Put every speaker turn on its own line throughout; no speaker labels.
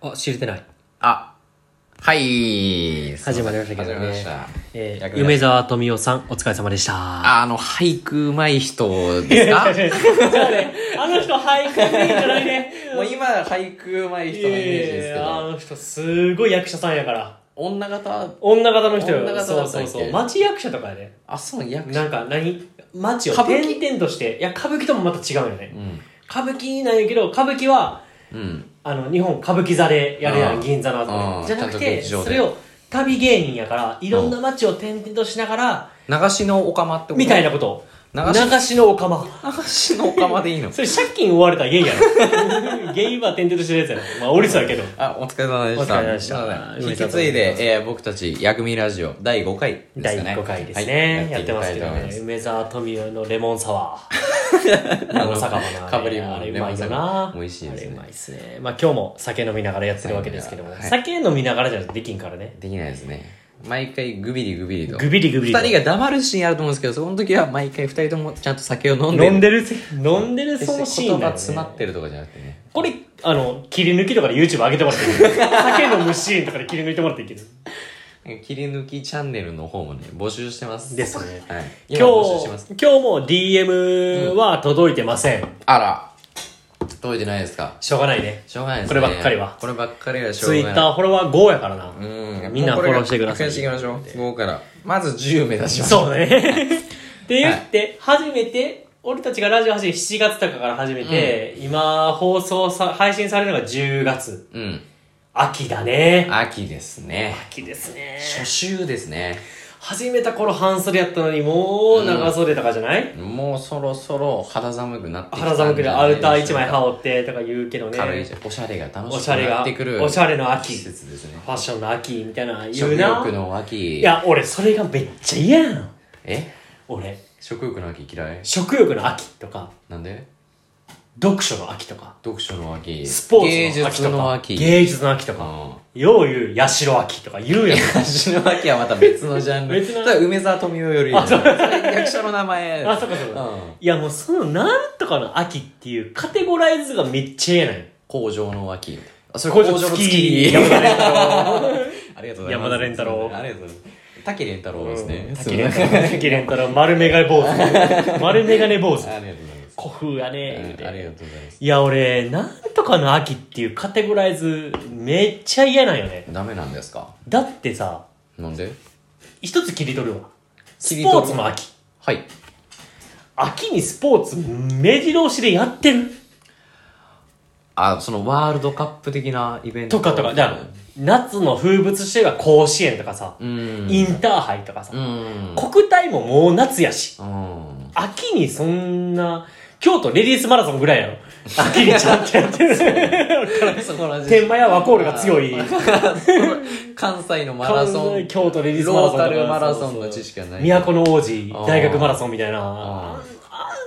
あ、知れてない。
あ、はい。
始まりましたけどね
始まりました。
えー
逆に
梅沢富美男さん、お疲れ様でした。
ああの、俳句うま い人ですか
あの人、俳句いいんじゃないね。
もう今、俳句うまい
い
人のイメージ
や
で
い
すけ
やあ
ど。
の人、すごい役者さんやから。
女方、
女方の人よ。
女方
そ
だ
う
ったっけ
そうそう。町役者とかやで。
あ、そう、役者。
なんか何、町を
歌舞伎
転々として、いや、歌舞伎ともまた違うよね
う。ん。
歌舞伎なんやけど、歌舞伎は、
うん。
あの、日本歌舞伎座でやるや
うん
ん、銀座の後
うん
に。じゃなく
ちゃんと
て、
劇場で
それを旅芸人やから、いろんな町を転々としながら、
流しのおかまってこと
みたい
な。
なこと。
流
流
し
しのおかま。
流しのおかまでいいの
それ借金追われたらゲイやろ。 ゲイは転々としてるやつやろ。まあ、俺そうやけど。
あ、お疲れ様でした。
お疲れ様でした
なので引き継いで、えー、僕たち、薬味ラジオ、第5回です
第
かね。
5回ですね。
はい
やってますけど
やっていきたいと思い
ね
ま。す
梅沢富美男のレモンサワー。
あの
大阪もな。
かぶりもん
あれう
レ
ま
モン
い
サ
よ
ワ
な
ー。美味しいですね
あれうまいっすね。まあ今日も酒飲みながらやってるわけですけども。
はい
酒飲みながらじゃできんからね。
できないですね。毎回、グビリグビリと。
グビリグビリと。
二人が黙るシーンあると思うんですけど、その時は毎回二人ともちゃんと酒を飲んで
飲んでるぜ、飲んでる
決し
そ
て
のシーン
言
だ
葉
よ
詰まっ
ね。
てるとかじゃなくてね。
これ、あの、切り抜きとかで YouTube 上げてもらっていい 酒飲むシーンとかで切り抜いてもらっていいけど。
切り抜きチャンネルの方もね、募集してます。
ですね
はい。
今
今募集してます。
日、今日も DM は届いてません。
あら、届いてないですか
しょうがないね。
しょうがないですね。
こればっかりは
こればっかりはしょ
ツ
うが
イ
ない。
ッターフォロワー5やからな。
うん。
みんなフォローしてください
もうこれから拡散していきましょう。5から。まず10目指します。
そう ね。って言って、初めて、俺たちがラジオ始め7月とかから始めて、今放送さ、配信されるのが10月。
うん。
秋だね。
秋ですね。
秋ですね。
初秋ですね。
始めた頃半袖やったのに、もう長袖とかじゃない、
もうそろそろ肌寒くなってきたん
原
じゃ
寒
ない
く
で
で
しょうか。
アウター1枚羽織ってとか言うけどね。
軽いし、おしゃれが楽
お
し
し
く
ゃれ
な
が
ってくる。、
おしゃれの秋。
季
フ
節ですね。
ァッションの秋みたいな言
食
うな
欲。の秋。
いや、俺それがめっちゃ嫌やん。
え
俺、
食欲の秋嫌い
食欲の秋とか、
なんで
読書の秋とか。
読書の秋。
スポーツの
芸
秋
術
と
の
か、
秋。
芸術の秋とか、
うん。
よう言う、ヤシロ秋とか言うやん。
私の秋はまた別のジャンル。
別の
ただ梅沢富美男より。それ役者の名前。
あ、そこそこ。
うん。
いや、もうその、なんとかの秋っていうカテゴライズがめっちゃ嫌なんよ。
工場の秋。あ、それ
工
工
場
場
の
の
月
月。
山田連太
ありがとうございます。
山田連太郎
ありがとうございます。滝連太郎ですね。
滝蓮太郎、滝蓮太郎、丸メガネ坊主。丸メガネ坊主。
ありがとうございます
古風やね、言う
うん。あり
て。
がとうございます。
いや、俺、なんとかの秋っていうカテゴライズ、めっちゃ嫌なんよね。
ダメなんですか
だってさ、
なんで
一つ切り取るわ。ス
切り取
ポ
る
ーツの秋。
はい。
秋にスポーツ、目白押しでやってる。
あ、そのワールドカップ的なイベント
とかとか、だから夏の風物詩といえば甲子園とかさ、
うん。
インターハイとかさ、
うん。
国体ももう夏やし、
うん。
秋にそんな、京都レディースマラソンぐらい やろ。秋にちゃんとやってる。
そこらじ
天満屋ワコールが強い。
関西のマラソン
京都レディースマラソンとか。
ローカルマラソンの知識がない
都の王子
あ、ー
大学マラソンみたいな。あんあん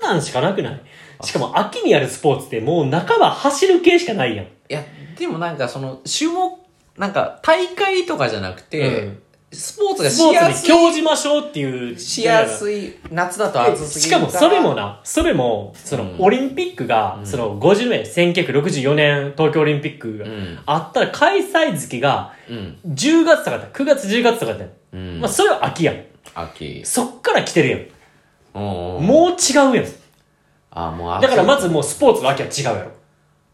なんしかなくないしかも秋にやるスポーツってもう半ば走る系しかないやん。
いやでもなんかその種目なんか大会とかじゃなくて、
うん
スポーツが
スポ
しや
ー
す
ツ
い
に興じましょうっていう。
しやすい夏だと暑すぎ
し
る
からもそれもな、それも、その、
うん
オリンピックが、その、50年、1964年、東京オリンピックが
うん
あったら、開催月が、
うん、
10月とかだった、9月、10月とかだったよ
うん
まあ、それは秋やん。
秋
そっから来てる
うん
や。
うんん
もう違うやん。
あもう秋
だからまずもうスポーツの秋は違うや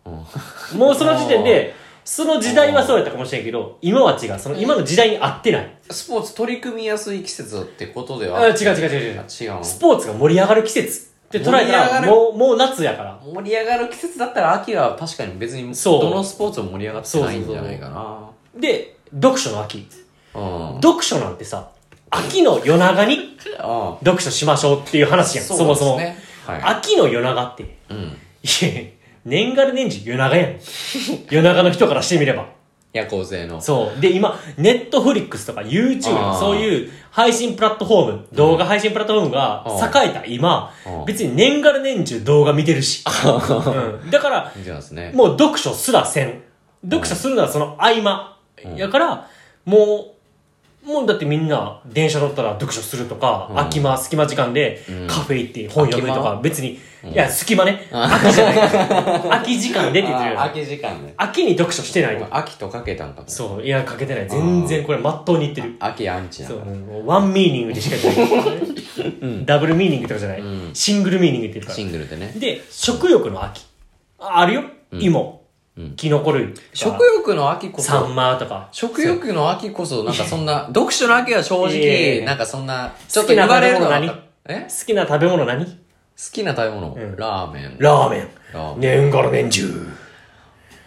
うん
ろ。もうその時点で、その時代はそうやったかもしれんけど、今は違う。その、今の時代に合ってない。
スポーツ取り組みやすい季節ってことでは
あ違う違う違う違う。
違うの
スポーツが盛り上がる季節って捉えた
盛り上が
ら、
る
もう、もう夏やから。
盛り上がる季節だったら秋は確かに別に
そう
どのスポーツも盛り上がってないんじゃないかな
で、読書の秋。
うん
読書なんてさ、秋の夜長に
あ
読書しましょうっていう話やん、そもそも。
はい。
秋の夜長って、い
うん。い
え、年がら年中夜長やん。夜長の人からしてみれば。
夜行性の。
そう。で、今、ネットフリックスとか YouTube と
あ
か
ー
そういう配信プラットフォーム、動画配信プラットフォームが栄えた今
うん、
別に年がら年中動画見てる し。うんだから、
じゃあですね。
もう読書すらせん。読書するのはその合間。やから、もう、もうだってみんな電車乗ったら読書するとか、
うん
空き間隙間時間で
うん
カフェ行って本読むと
空き
か
間
別に、
ん
いや隙間ね空きじゃない空き時間でって言ってる
あー 空き時間ね
空きに読書してないと
秋とかけたんかも
そういやかけてない全然これまっとうに言ってる
秋アンチな
そ
ん
う
だ
もうワンミーニングでしか言ってない、ダブルミーニングとかじゃない、
ん
シングルミーニングって言うから
シングルでね
で食欲の秋ああるよ、芋、
うん
キノコ類とか
食欲の秋こ
サ
そ
ンマとか
食欲の秋こそなんかそんな読書の秋は正
いやいやい
直
や
なんかそんなちょっと言われるのは
好きな食べ物
え
好きな食べ物何
好きな食べ物、
ん
ラーメン
ラーメン
ラーメン
年がら年中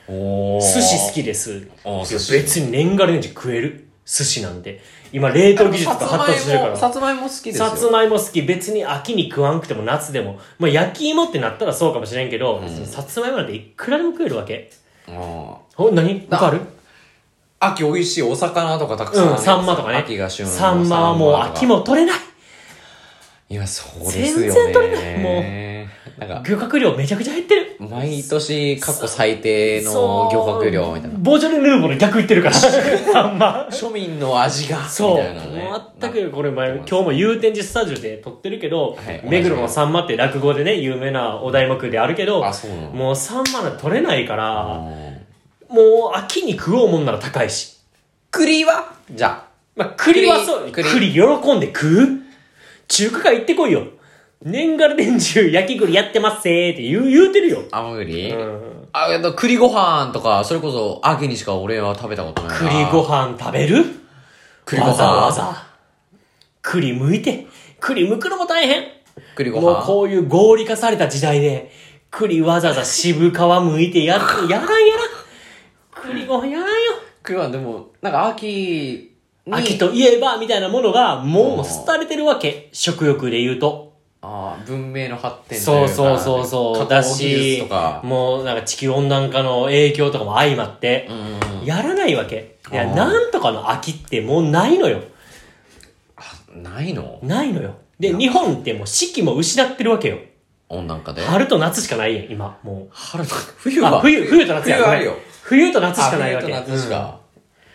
おー
寿司好きです
あー寿司
別に年がら年中食える寿司なんて今冷凍技術が発達してるから
さつまいもさつまいも好きですよ
さつまいも好き別に秋に食わんくても夏でも、まあ、焼き芋ってなったらそうかもしれんけど、さつまいもなんていくらでも食えるわけ
あー
お何他ある
秋美味しいお魚とかたくさんある
う
や
ん
つ
サンマとかね
秋が旬の
サンマはもう秋も取れない
いやそうですよ
全
ね
然取れないも
うなんか
漁獲量めちゃくちゃ減ってる
毎年過去最低の漁獲量みたいな
ボージョレ・ヌーボーの逆言ってるから サンマ
庶民の味が
そう、
みたいなね
全くこれ前今
な
日も祐天寺スタジオで撮ってるけど、
はい
目黒のサンマって落語でね有名なお題目であるけど
あそうなの
もうサンマなんて取れないか
あ
ら
ー
もう秋に食おうもんなら高いし
栗はじゃ
まあ、栗はそう、栗
栗
喜んで食う中華街行ってこいよ。年がら年中焼き栗やってますせーって言う、言うてるよ。
あ青栗、
うん。
あえっと栗ご飯とかそれこそ秋にしか俺は食べたことないな
栗ご飯食べる
栗ご飯
わざわざ。栗剥いて。栗剥くのも大変。
栗ご
もう
飯
こういう合理化された時代で、栗わざわざ渋皮剥いてや、やらんやらん。栗ご飯やらんよ。
栗はでもなんか秋に
秋といえば、みたいなものが、もう廃れてるわけ。食欲で言うと。
あー文明の発展とい
そううそ
か
うそうそう。
加
だ
工技術
し
とか、
もうなんか地球温暖化の影響とかも相まって、やらないわけ。いや、
あー
なんとかの秋ってもうないのよ。
ないの
ないのよ。で、日本ってもう四季も失ってるわけよ。
温暖化で
春と夏しかないやん、今。も
春と
う。
冬
あ
は
冬、冬と夏や
冬は
ご
あ
め
る
ん
よ
冬と夏しかないわけ。
あ冬と夏し
うん
か、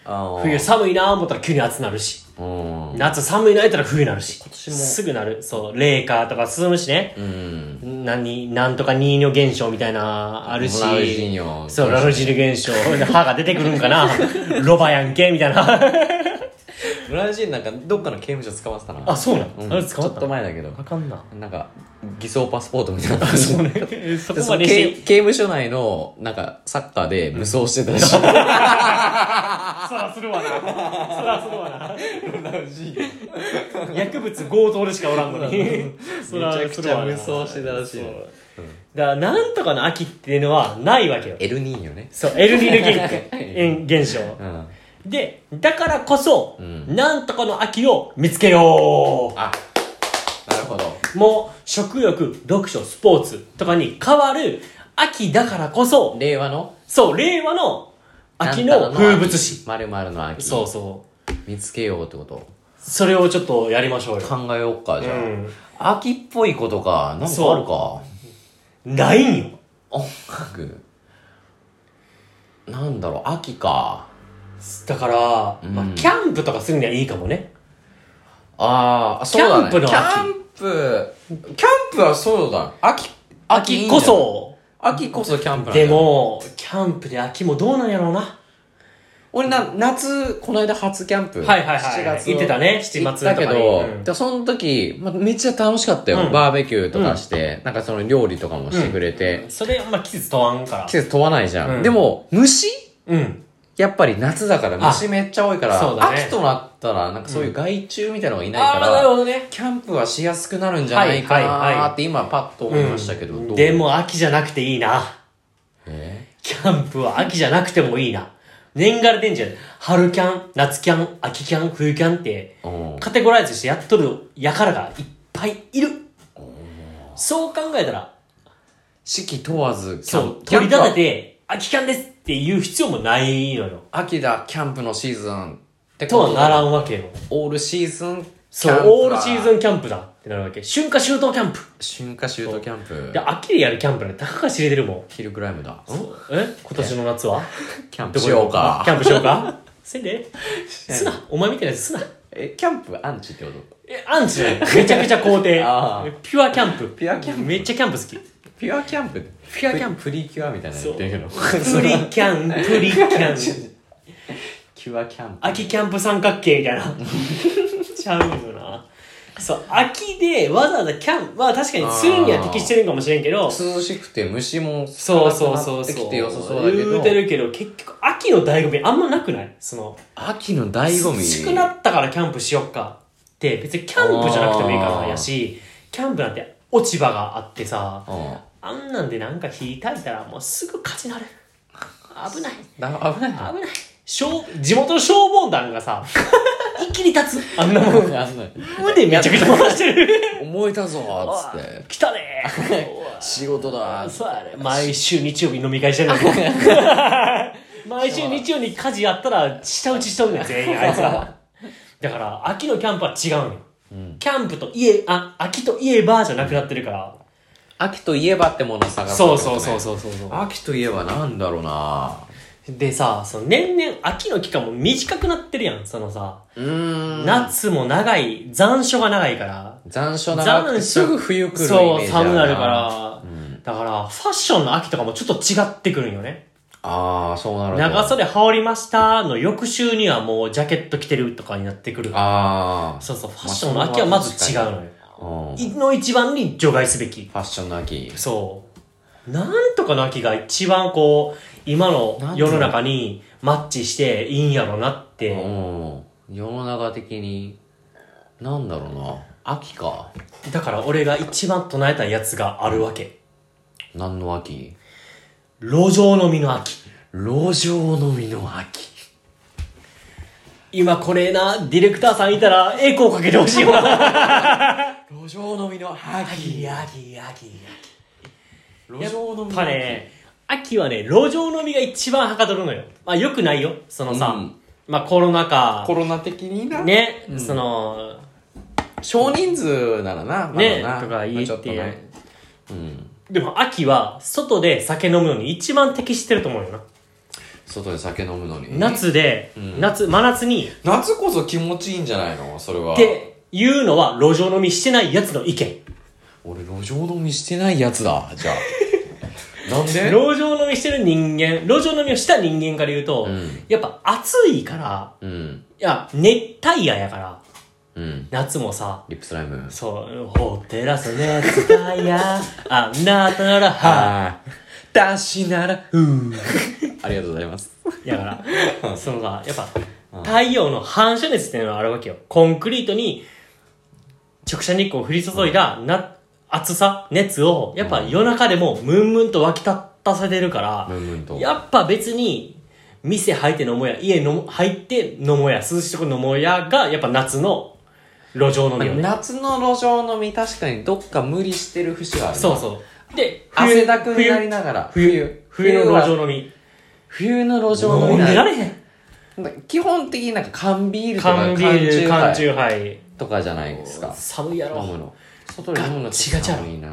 あー
冬寒いなぁ思ったら急に暑なるし。
うん
夏寒いなぁ言ったら冬になるし。今
年も
すぐなる。そう、冷夏とか進むしね。
うん
何、なんとかニーニョ現象みたいな、あるし。
ラルジーニョ
そう、ラルジル現象。歯が出てくるん かなロバやんけみたいな。
ブラジルなんかどっかの刑務所捕まってたな
あ、そうなの、
うん
あれ捕ま
ちょ
っ
ったと
の
前だけど
あかんな。
なんか偽装パスポートみたいな
そうね。そ
で
こ
そ
ま
の
で
刑
して。
刑務所内のなんかサッカーで無双してた らしい、
そらするわな。そらするわな。薬物強盗でしかおらんのに。そら
めちゃくちゃ無双してたらしい
そうだから、なんとかの秋っていうのはないわけよ。
エルニーニョね
そう、エルニル現象。現象。
うん
で、だからこそ、
うん
なんとかの秋を見つけよう
あなるほど
もう食欲、読書、スポーツとかに変わる秋だからこそ、
令和の
そう、令和の秋の風物詩。
まるまるの秋
そうそう。
見つけようってこと
それをちょっとやりましょうよ。
考えようかじゃあ、
うん
秋っぽいことかなんかあるか
ないんよ。
音楽なんだろう秋か
だから、まあ、キャンプとかするにはいいかもね。
ああそうだね
キャンプの秋
キャンプキャンプはそうだ秋いい
秋
んじゃ
こ
ない
そ。
秋こそキャンプなんだ
で
よ
も、キャンプで秋もどうなんやろうな。
俺な夏この間初キャンプ
はいはいはい
7月の
行ってたね7
行っ
月
たけ
とか
ど、
にうん
でその時、まあ、めっちゃ楽しかったよ、
うん
バーベキューとかして、なんかその料理とかもしてくれて、
それ、まあ、季節問わんから
季。節問わないじゃん、
うん
でも虫
うん。
やっぱり夏だから虫めっちゃ多いから、
あそうだね
秋となったらなんかそういう害虫みたいなのがいない
あ
か
あー、な
ら、
るほどね。
キャンプはしやすくなるんじゃないか
はいはい
な
は
ー
い
って今パッと思いましたけど、
うん
どう
でも秋じゃなくていいな。
え
キャンプは秋じゃなくてもいいな。年がら年中、春キャン、夏キャン、秋キャン、冬キャンって、
うん
カテゴライズしてやっとるやからがいっぱいいる。そう考えたら、
四季問わずキャ
そ
ン
う、
キャ
取り
ンプは
立てて、秋キャンですって言う必要もないのよ。
秋だキャンプのシーズンって
とはなら
ん
んわけよ。
オールシーズン
そう、オールシーズンキャンプだってなるわけ。春夏秋冬キャンプ。
ン春夏秋冬キャンプ
で、秋でやるキャンプなんてたかが知れてるもん。
ヒルクライムだん
え今年の夏は
キャンプ
どこ
しようか
キャンプしようかせんで。すな。お前みたいなやつすな。
え、キャンプアンチってこと
え、アンチだよめちゃくちゃ肯定
ああ。
ピュアキャンプ。
ピュアキャンプ
めっちゃキャンプ好き。
ピュアキャンプ
ピュアキャンプ
プリキュアみたいなの
そ
言
う。
っ
プ
て
リ
る
キ
け
ャ
ど。
ン、プリキャン。
キュアキャンプ。
秋キャンプ三角形みたい な。ちゃうよな。そう、秋でわざわざキャンプ、まあ確かにするには適してるんかもしれんけど、
涼しくて虫も少
そう
なく
そう
な
そ
っ
う
て
そ
き
う。
て良さそうだけ
言
ど
うてるけど、結局秋の醍醐味あんまなくないその、
秋の醍醐味
涼しくなったからキャンプしよっかって、別にキャンプじゃなくてもいいから
あー
やし、キャンプなんて落ち葉があってさ、
うん
あんなんでなんか火焚いたらもうすぐ火事 なる。危ない。
だ危ないな
危ない。消地元の消防団が さ、一気に立つ。あんなもん。
危ない
腕めちゃくちゃ回して る。
思えたぞーっつって
来たねー
仕事だーっつっ
そうやね毎週日曜日飲み会して るのに毎週日曜に家事やったら舌打ちしとるねん全員あいつらだから秋のキャンプは違うね、んキャンプといえあ秋といえばじゃなくなってるから、
て秋といえばってものを探す
そうそうそう
う
そうそうそう
秋といえばなんだろうな
でさその年々秋の期間も短くなってるやんそのさ、
うーん
夏も長い残暑が長いから
残暑だなくて
残暑
すぐ冬来るイメージ
そう
あ
寒
る
な
な
るから、だからファッションの秋とかもちょっと違ってくるんよね
ああそうなると
長袖羽織りましたの翌週にはもうジャケット着てるとかになってくる
あ
そうそうファッションの秋はまず違うのよ
あ、うん、フ
いの一番に除外すべき
ァッションの秋
そうなんとかの秋が一番こう今の世の中にマッチしていいんやろなっ
う
て
ん世の中的になんだろうな秋か
だから俺が一番唱えたやつがあるわけ
何の秋
路上飲みの秋
路上飲みの秋
今これなディレクターさんいたらエコーかけてほしいわ
路上飲みの
秋秋
秋
秋
路上
やっ
飲みの秋
ぱね秋はね路上飲みが一番はかどるのよまあよくないよそのさ、
うん
まあコロナ禍
コロナ的にな
ね、その
少人数ならなまだな
ねとか言えて
ちょっとねうん
でも秋は外で酒飲むのに一番適してると思うよな
外で酒飲むのに
夏で、
うん
夏真夏に
夏こそ気持ちいいんじゃないのそれは
っていうのは路上飲みしてないやつの意見
俺路上飲みしてないやつだじ ゃあなんで
路上飲みしてる人間路上飲みをした人間から言うと、
うん
やっぱ暑いから
うん
いや熱帯夜やから
うん
夏もさ
リップスライム
そう、ホテラス熱帯 夜、あなたなら、は
あだしならふう ありがとうございます
やから、そのさ、やっぱ、太陽の反射熱っていうのがあるわけよ。コンクリートに直射日光を降り注いだな、暑さ、熱を、やっぱ夜中でもムンムンと湧き立たせてるから
ム、ンムンと
やっぱ別に、店入って飲もうや、家飲も入って飲もうや、涼しいとこ飲もうやが、やっぱ夏の路上飲みよね。
夏の路上飲み確かにどっか無理してる節はあるな
そうそう。で、冬
汗だくになりながら
冬、冬の路上飲み。
冬の路上飲
飲
み
んで
な
ら
ら
れへん。
基本的になんか缶ビールとか
缶ビール、缶
缶
チューハイ。
とかじゃないですか
寒いや
飲
ろ。
むの外で飲むのちょっと寒いな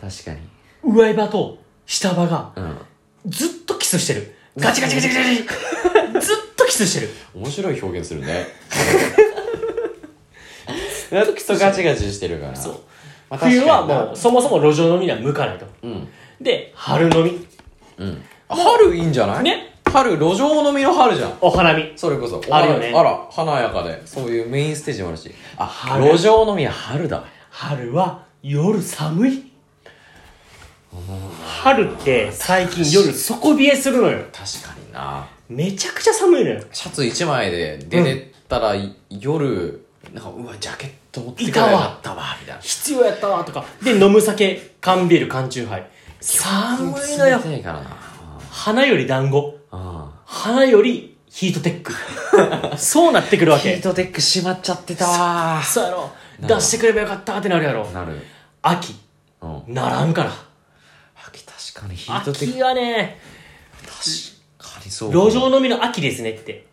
確かに
上場と下場が
うん
ずっとキスしてる。ガチガチガチガチガチ。 ずっとキスしてる。
面白い表現する ねずっとガチガチしてるから
そう
まあ
冬は
確かにな
もうそもそも路上飲みには向かないと。
うん
で、春飲み。
うん春いいんじゃない
ね
春路上飲みの春じゃん
お花見。
それこそ
あるよね
あら華やかでそういうメインステージもあるしあ
春
路上飲みは春だ
春は夜寒い。春って最近夜底冷えするのよ。
確かにな
めちゃくちゃ寒いのよ。
シャツ一枚で出てったら、夜なんかうわジャケット持って
いたわ
ばよかったわみたいな
必要やったわとか。で、飲む酒、缶ビール、缶チューハイ。寒いのよ
冷。たいからな
花より団子。
うん
花よりヒートテッ ク。そうなってくるわ
ヒー
け。
トテック閉まっちゃってたわ
そうやろ。出してくればよかったってなるやろ。
なる
秋、
うん
ならんから。
秋確かにヒートテック
秋はね、
確かにそう
路上飲みの秋ですねって。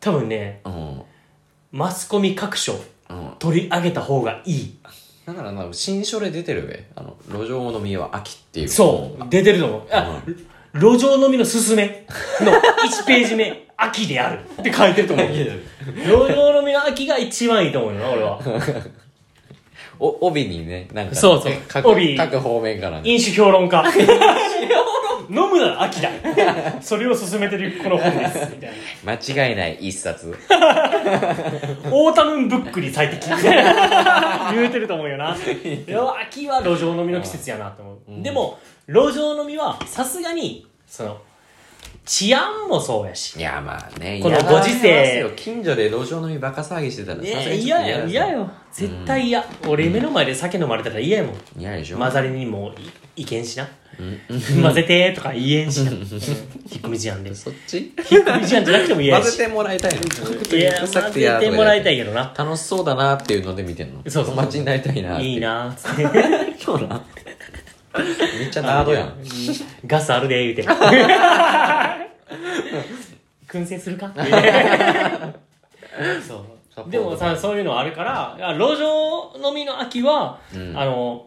多分ね、
うん
マスコミ各所
うん
取り上げた方がいい。
なんならな新書で出てるべあの路上飲みは秋っていう
そう、出てると思う。あ、路上飲みのすすめの1ページ目、秋であるって書いてると 思う。路上飲みの秋が一番いいと思うよな、俺は。
お帯にね、なんか、
そうそう
各
帯
各方面からね。
飲酒評論家。飲むなら秋だ。それを勧めてるこの本です。みたいな。
間違いない一冊。
オータムンブックに最 適言うてると思う よないや秋は路上飲みの季節やなと思う、でも路上飲みはさすがにその治安もそうやし
いや、まあね、
この
嫌がられ
ご時世
ますよ近所で路上飲みバカ騒ぎしてたら、さすが
ね
にちょ
嫌
っと
や
だ
嫌よ絶対嫌、俺目の前で酒飲まれたら嫌やもん
嫌でしょ
混ざりにもいいけんしな、 混ぜてーとか言えんしな、うん、引っ込み思案で引っ
そっち
込み思案じゃなくても嫌
混
やし
ぜてもらいたい
いや混ぜてもらいたいけどな
楽しそうだなっていうので見てんの
そうそう
友達になりたいなって
いいな ーっつって
そうなめっちゃナードやん
ガスあるで、言う て。燻製する かそう。でもさ、そういうのあるから、あ路上飲みの秋は、
うん
あの、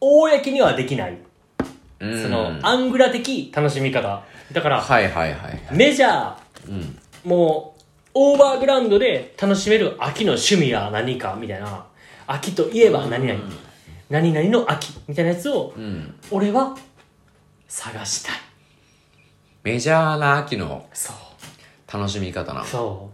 公にはできない。
うん
その、アングラ的楽しみ方。だから、
はいはいはい
メジャー、
うん
もう、オーバーグラウンドで楽しめる秋の趣味は何か、みたいな。秋といえば何々。何々の秋、みたいなやつを、
うん
俺は、探したい。
メジャーな秋の
そう。
楽しみ方な
そ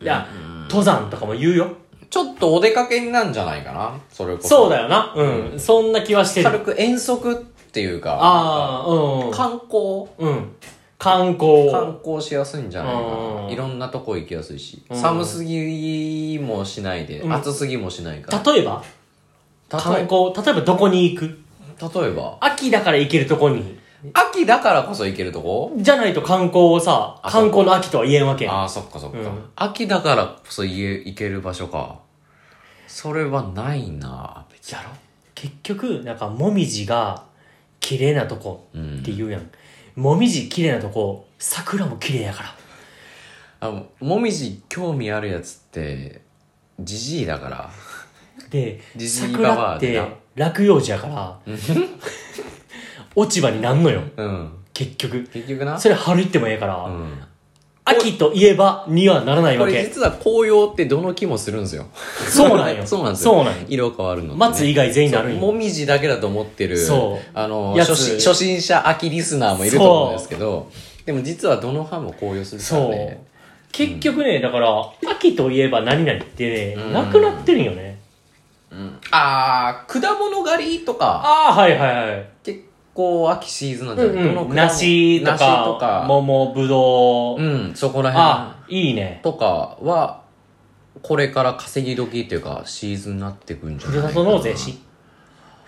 う。いや、登山とかも言うよ。
ちょっとお出かけになんじゃないかなそれこそ
そう
だ
だよな。うん。そんな気はして
軽
る。
く遠足っていうか
ああ、うん
観光
うん。うん。観光。
観光しやすいんじゃないか
うん
ないろんなとこ行きやすいし寒すぎもしないで
ん
暑すぎもしないから
例えば
例
観
え
光。例えばどこに行く
例えば
秋だから行けるとこに。
秋だからこそ行けるとこ
じゃないと観光をさ、
あそ
観
う
光の秋とは言えんわけやん。
ああそっかそっか、
うん
秋だからこそ家行ける場所かそれはないな別
やろ結局、なんか、もみじが綺麗なとこって言うやん。もみじ綺麗なとこ、桜も綺麗やから。
あのもみじ興味あるやつってじじいだから
で、
ジジイババ
桜
ア
っ
でな
て落葉樹やから、落ち葉になんのよ、
うん
結局。
結局な
それ春行ってもええから、
うん、
秋といえばにはならない
こ
わ
れ
け。
実は紅葉ってどの木もするんですよ
そうなんよ。
そうなんですよ
そうなんよ。
色変わるのってね、
松以外全員なるん
も
よ。
みじだけだと思ってる
そう
あの
やつ
初心初心者秋リスナーもいると思うんですけどでも実はどの葉も紅葉するから
そう
ね。
結局ね、だから、秋といえば何々ってね、なくなってるんよね。
ああ果物狩りとか
ああ、はいはいはい。
結構秋シーズンなんじゃない、どの
うん、
果物
梨と
梨と
か
か、
桃、ぶどう。
うん、そこら辺
あ、いいね。
とかは、これから稼ぎ時っていうか、シーズンになってくんじゃ
ふ
ない
る
か
さ
な。
と納税し。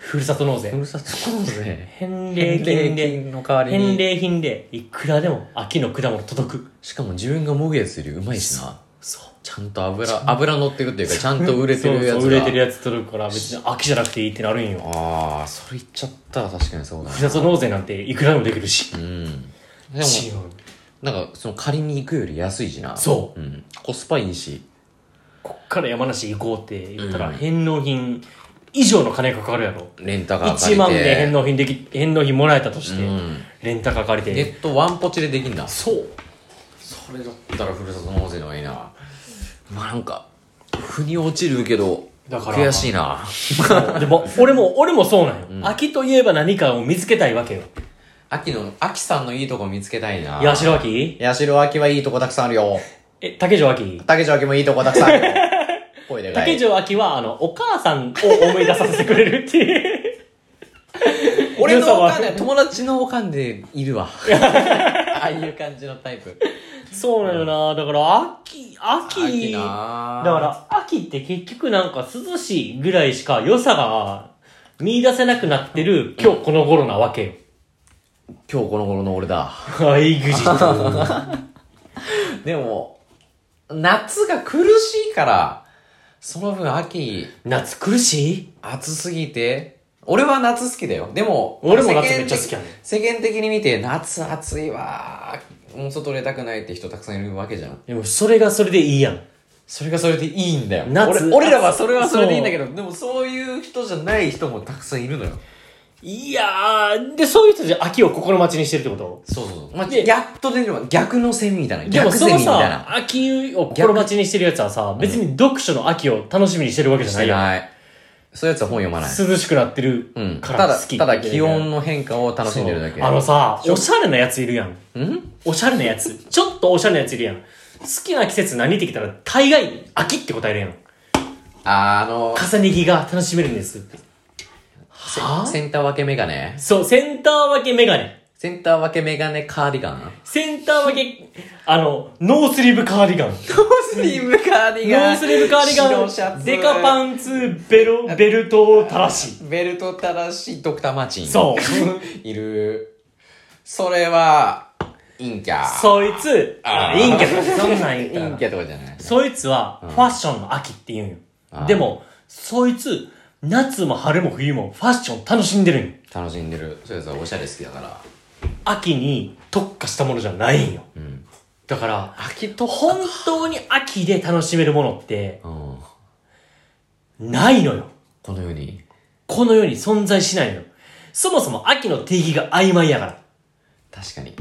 ふるさと納税
ふ。るさと納税。
返礼金で。
金の代わり
返
に。
礼品でいくらでも秋の果物届く
しかも自分がもぐやするよりうまいしな。
そう
ちゃんと油、油乗ってくっていうか、ちゃんと売れてるやつが。
そう売れてるやつ届くから別に秋じゃなくていいってなるんよ
ああ、それ言っちゃったら確かにそうだ
ふる
な。
さと納税なんていくらでもできるし
うん。で
違
も、
う
なんか、その借りに行くより安いしな。。
そう
うん。コスパいいし。
こっから山梨行こうって言ったら
うん
返納品以上の金かかるやろ
レンタカー
1
借りて。
万で返納品でき返納品もらえたとして
うん
レンタカー借り
ネ
て
ットワンポチでできんだ。
そう
それだったらふるさと納税の方がいいなまあなんか腑に落ちるけど
だから
悔しいな
でも俺も俺もそうなんよ、秋といえば何かを見つけたいわけよ
秋の秋さんのいいとこ見つけたいな
八代秋
八代秋はいいとこたくさんあるよ
え竹城秋
竹城秋もいいとこたくさんあ るよ声でか
竹
い
城秋はあのお母さんを思い出させてくれるっていう
俺のおか
良
んで
さは
友達のおかんでいる わああいう感じのタイプ
そうなのよな、だから秋、秋、
秋な
だ
あ
から秋って結局なんか涼しいぐらいしか良さが見出せなくなってる今日この頃なわけよ。
今日この頃の俺だ
はい、 ぐじ
でも夏が苦しいからその分秋
夏苦しい
暑すぎて、俺は夏好きだよ。でも、
俺も
世間
夏
的
めっちゃ好きやねん
世間的に見て、夏暑いわーもう外出たくないって人たくさんいるわけじゃん。
でもそれがそれでいいやん。
それがそれでいいんだよ。
夏
俺俺らはそれはそれでいいんだけど、でもそういう人じゃない人もたくさんいるのよ。
いやー、で、そういう人たちは秋を心待ちにしてるってこと
そうそうそう。まあ、
で
やっと出るのは逆のセミみたいな。
でも
逆
そ
セミ
の
みたいな。
さ、秋を心待ちにしてるやつはさ、別に読書の秋を楽しみにしてるわけじゃ
し
な
て
いよ。
ない。そういうやつは本読まない。
涼しくなってる
うん。
か
た
ら
だ、
好き。
ただ気温の変化を楽しんでるだけ。
そうあのさ、おしゃれなやついるやん。
うん
おしゃれなやつ。ちょっとおしゃれなやついるやん。好きな季節何ってきたら、大概、秋って答えるやん。
あの、
重ね着が楽しめるんですって。
セ
はぁ
センター分けメガネ
そう、センター分けメガネ。
センター分けメガネカーディガンノー
センター分け、あの、ノースリーブカーディガン。
スリーブカーディ
ノースリーブカーディガン、デカパ
ン。
ンツ、ベロ、ベルトを垂らし。
ベルト正しいドクターマーチン。
そう。
いる。それは、陰キャ。
そいつ、
あー
いいんけど、そんなんいいん
陰
けどな
キャとかじゃない。
そいつは、ファッションの秋って言うん
あ
よ。
ー
でも、そいつ、夏も春も冬もファッション楽しんでるんよ。
楽しんでる。そういうやつはおしゃれ好きだから。
秋に特化したものじゃないんよ。
うん。
だから、
秋と、
本当に秋で楽しめるものって、
うん。
ないのよ。
このように。
この世に存在しないのよ。そもそも秋の定義が曖昧やから。
確かに。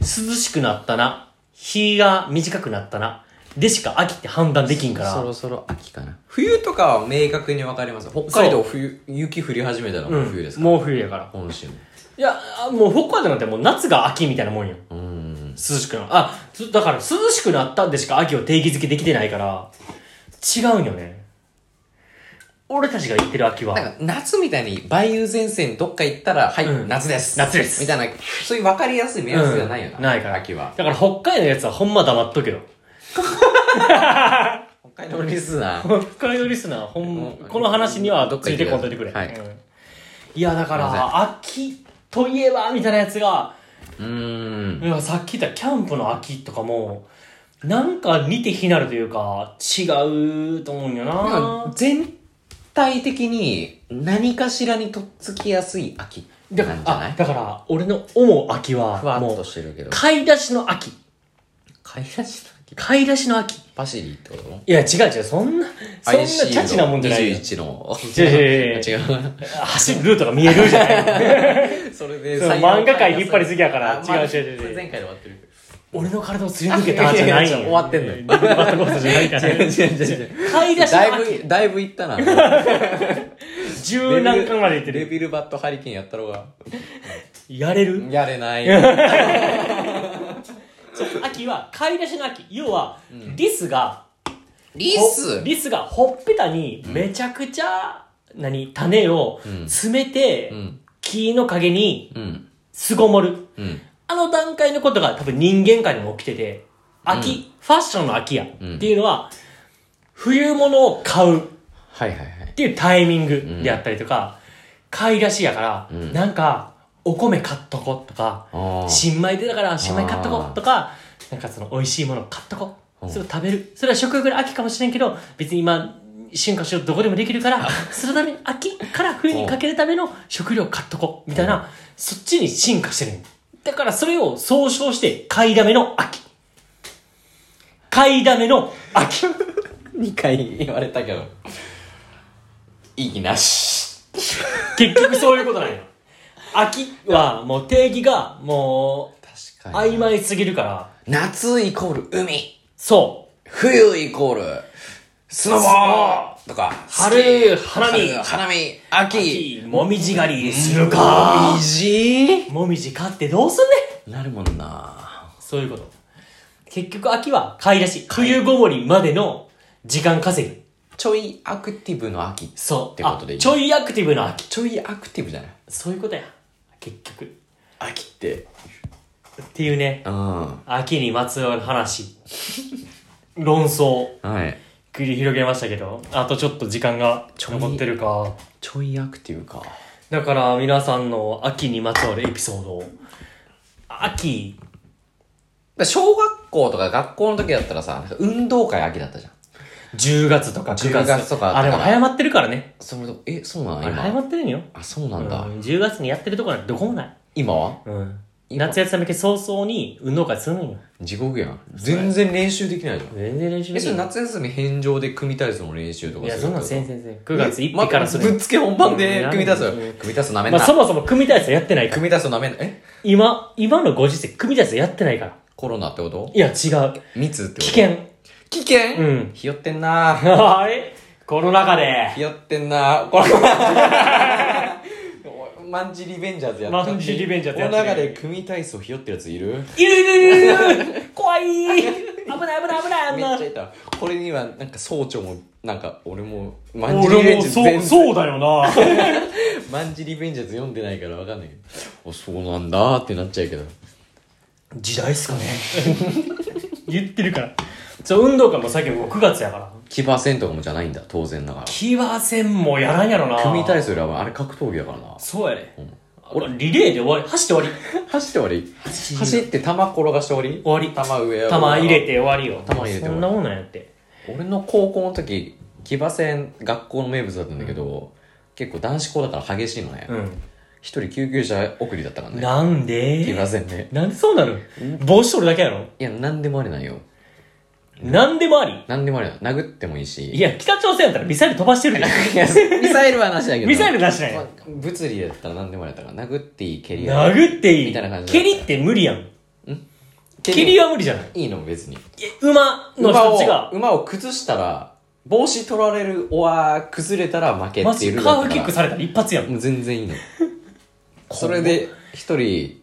涼しくなったな。日が短くなったな。でしか秋って判断できんから。
そろそろ秋かな。冬とかは明確に分かります。北海道冬、雪降り始めたらもう冬です
うん、
か
もう冬やから。
ら。本州も。
いや、あもう北海道なんてもう夏が秋みたいなもんよ。
うん。
涼しくなあつだから涼しくなったんでしか秋を定義づけできてないから違うんよね俺たちが言ってる秋
な
は
んか夏みたいに梅雨前線どっか行ったら、はい、
うん
夏です。
夏です
みたいな、そういう分かりやすい目安がないよな。
うんないから
秋は。
だから北海道のやつはほんま黙っとけよ
北海道リス ナー。
北海道リスナーはほん
うん
この話には
どっ
つ
か
い
行って
てこ
くだ
ん
さ
といてく
い
れ、
はい
うんいやだか
すいま
ら秋といえばみたいなやつが
うーん。
いやさっき言ったキャンプの秋とかもなんか似て非なるというか違うと思うんよ
なんか
な
全体的に何かしらにとっつきやすい秋
だ
なんじゃな
あ
い
だから俺の思う秋は
ふわっ
もう
としてるけど。
買い出しの秋。
買い出しの秋
買い出しの秋。い
パシリってこと
や、違う違う、そんな、そんなチャチなもんじゃないよ。
21の。
違う違う違
違う。
走るルートが見えるじゃない
それで
そう漫画界引っ張りすぎやから
あまあ
違う違う違う違う
前回で終わってる。
俺の体をすり抜けたじゃないよ。
終わってん のよ
バッドコーストじゃないから。
違う違う違う違う。
買い出しの
だ
秋。
いぶ、だいぶいった な。
十何巻までいって
レ
る。
ビルバットハリケーンやったろうが。
やれる
やれない。
そう秋は、買い出しの秋。要は、リスが、
リ
ほ
ス
リスがほっぺたにめちゃくちゃ、何、種を詰めて、
うん。
木の陰に
うん。
巣ごもる。
うん。
あの段階のことが多分人間界にも起きてて、秋、ファッションの秋や、
うん
っていうのは、冬物を買うっ
はいはいはい。
ていうタイミングであったりとか、買い出しやから、
うん
なんか、お米買っとことか、
あー
新米でだから新米買っとことか、なんかその美味しいもの買っとこ。それを食べる。それは食欲の秋かもしれんけど、別に今、春夏秋冬どこでもできるから、そのために秋から冬にかけるための食料買っとこ。みたいな、そっちに進化してるんよだからそれを総称して、買いだめの秋。買いだめの秋。
2回言われたけど。意義なし。
結局そういうことなんや。秋はもう定義がもう
確かに。
曖昧すぎるから、
夏イコール海。
そう。
冬イコール、スノボーとか、
春
スキー
花見
春花見、秋、
秋もみじ狩りする
か
か
じ
もみじ買ってどうすんね
なるもんなん
そういうこと結局秋は買い出し冬ごもりまでの時間稼ぎ
ちょいアクティブの秋。
そう
ってことでいい
あちょいアクティブな秋
ちょいアクティブじゃない
そういうことや結局っ
秋って。
ていうね
うん。は
秋にまつわる話論争
い。
繰り広げましたけどあとちょっと時間が残ってるか
ちょいアクティブか。
だから皆さんの秋にまつわるエピソードを秋
小学校とか学校の時だったらさ、運動会秋だったじゃん。
10月とか9月
10月とかだから
あれも早まってるからね
それと、え、そうな
あ
ん
れ早ま
今。
ってるんよ
あ、そうなんだ。
うん10月にやってるとこなんてどこもない
今は
うん
今
夏休み明け早々に運動会するんよ。
地獄やん全然練習できないじゃん
全然練習
え
で
そ
き
れ
ない
夏休み返上で組み体操の練習とか
い
す
や、
る
そんなんせん
生
せんせん。9月1日からす
ぶっ
る。
つけ本番で組み体操
うんうん
組み体操なめん
まあ、
な
そもそも組体操やってないから。
組み体操なめんなえ
今、今のご時世、組体操やってないから。
コロナってこと
いや、違う。
密ってこと
危険。
危険
うん
ひよってんな
はい。この中
ひ
で、
よってんなこれ おマンジリベンジャーズやった
マンジリベンジャーズや
や
っ
ったたこの中で組み体操ひよってるやついる
いるいるいるいる怖い危ない危ない危ないあん
めっ
な
ちゃ。いたこれにはなんか総長もなんか俺もマンジリ
俺
ベン
も
ジャーズ
そう、
全
そうだよな。
マンジリベンジャーズ読んでないからわかんないけどあそうなんだーってなっちゃうけど
時代っすかね。言ってるから。そう、運動会も最近もう9月やから。
騎馬戦とかもじゃないんだ当然だか
騎馬戦もやらんやろな。
ら組み体操よりはあれ格闘技だからな
そうやね。俺、リレーで終わり。走って終わ
走って終わり
走り
走って球転がして終わり
終わり
球上
り。球入れて終わりよ。
球入れ
そ
て終わり
んなもんなんやって。
俺の高校の時騎馬戦学校の名物だったんだけど、結構男子校だから激しいのね
う
一、人救急車送りだったから
ん。
ね
なん
騎馬
で
戦で
なんでそうなる帽子取るだけやろ
いや何でもありなんよ
なんでもあり
何でもありなん殴ってもいいし
いや、北朝鮮やったらミサイル飛ばしてるで。
いや ミサイルはなしだけど
ミサイル出しない
まあ
よ。
物理だったら何でもありだったから殴っていい蹴りや
殴っていい。
みたいな感じだ
蹴りって無理やん。蹴
蹴
り
り
は無理じゃない。
いいの別に
え馬の
馬
人
を
たちが、
馬を崩したら帽子取られるおわ崩れたら負け
マ
ってい
ジ
うルール
カ
だ
ー
った
フキッ
か
クされたら一発や
ら
ん。
もう全然いいのそれで一人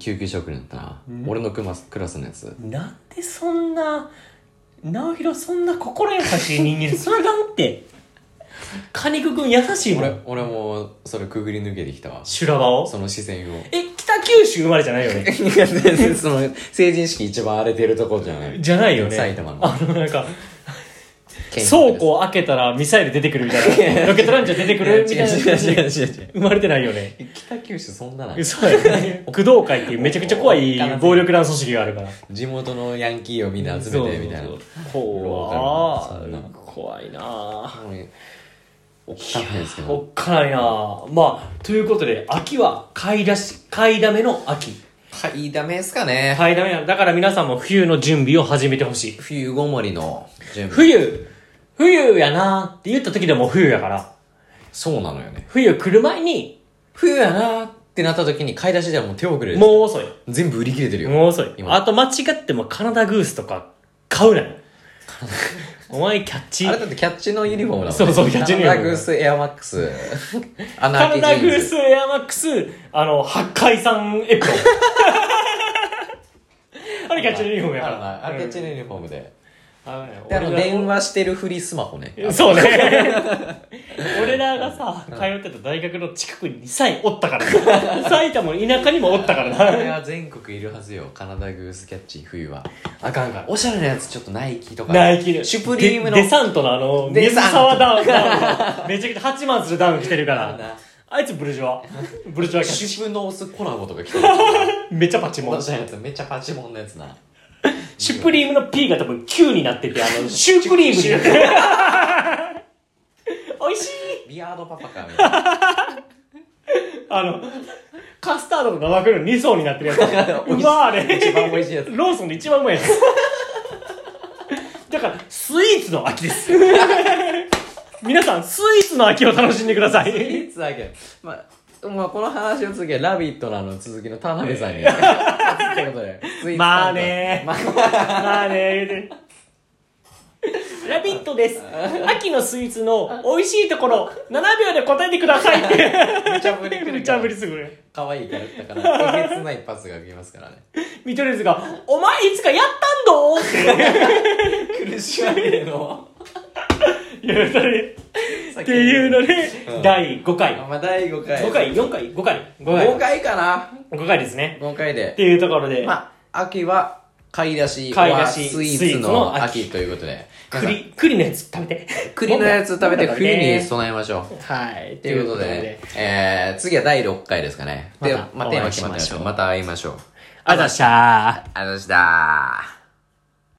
救急車送りになったな、俺のクマスクラスのやつ
なんでそんな、直弘そんな心優しい人間、 それがんって。カニク君優しいも
俺
ん。
俺もそれくぐり抜けてきたわ
修羅場を。
その視線を
え、北九州生まれじゃないよね。
いや全然 その成人式一番荒れてるとこじゃな い
じゃないよね。
埼玉の
あの、なんか、
県
倉庫を開けたらミサイル出てくるみたいな。ロケットランチャー出てくるみたいな
違う
感じ
違う違う
で。
違う違う
生まれてないよね。
北九州そんなない
そうやね。工藤会っていうめちゃくちゃ怖い暴力団組織があるから。
地元のヤンキーをみんな集めてみたい
そ
な
う
ローカ
怖
ル
い
なそんな
怖いな
おっかないですけ
お
ど
っかないなまあ、ということで、秋は買い出し、買いだめの秋。
はいダメですかね、
買いだめなだから皆さんも冬の準備を始めてほしい。
冬ごもりの準備
冬冬やなって言った時でもう冬やから。
そうなのよね
冬来る前に、
冬やなーってなった時に買い出しではもう手遅れです
もう遅い。
全部売り切れてるよ
もう遅い。
今
あと間違ってもカナダグースとか買うなよ。お前キャッチ
あ。れだってキャッチのユニフォームだもん、ね、
そうそうキャッチのユニフォーム
カナダグースエアマックスアナ
カ
ーキ
ナ
ージ
ダ
ーン
グ
ズ
ースエアマックス、あの、八海山エ プロン。あれキャッチのユニフォームやか
あのな
ら。
あれキャッチの
うん
ユニフォームで、
あ
であの電
話。
話してるふりスマホね
そうね。 俺らがさ、通ってた大学の近くにさえおったからな。 埼玉の田舎にもおったから
あ
な。
れは全国いるはずよカナダグースキャッチ冬は
あかんか
おしゃれなやつちょっとナイキとか
ナイキで。
シュプリームの
デデサントのあの、
デ
水
サント
沢ダウン。ダウンめちゃくちゃ8万するダウン着てる から。
な
あいつブルジョワ。 ブルジョワキャッチ
シュプノースコラボとか着てるや
めっちゃパチ
つ
モ
お
ン
し。ゃれなやつめっちゃパチモンのやつな
シュプリームの P が多分 Q になってて、あの、シュークリームになってる。 美味しい
ビアードパパかみたいな
あの、カスタードと生クリーム2層になって るやつ。うまあ
一
れ。
番美味しいやつ
ローソンで一番うまいやつ。だから、スイーツの秋です。皆さん、スイーツの秋を楽しんでください。
いつだけまあまあ、この話の続きは「ラビット!」なの続きの田辺さんにということでスイーツ
まあね
まあ
まあね、言うて。ラビットです。秋のスイーツの美味しいところ、7秒で答えてくださいって。
無茶ぶりく
め
る
ちゃぶりすぐる。
可愛いキャラクターからえげつないパスが来ますからね
見取り図が、お前いつかやったんどって
苦しまれるの
言うたりっていうので、
うん
第5回。
まあ第5回
5回、4回、5回。
5
5
回かな
回。5回ですね。
5回
っ
で
ていうところで、
まあ、秋は買い出し
買い出
は
し
スイ
スイ
ー
ー
ツ
ツ
の
の
秋
秋
ということで、皆さ
栗、栗のやつ食べて。
ん栗のやつ食べて冬に
そう。
備えましょう。
はい。
ということで、えー、次は第6回ですかね。で、
また
まあ、テーマ決まってますけ
お会いしましょう
どまた会いましょう。
あざっしゃー。
ありがとうございました。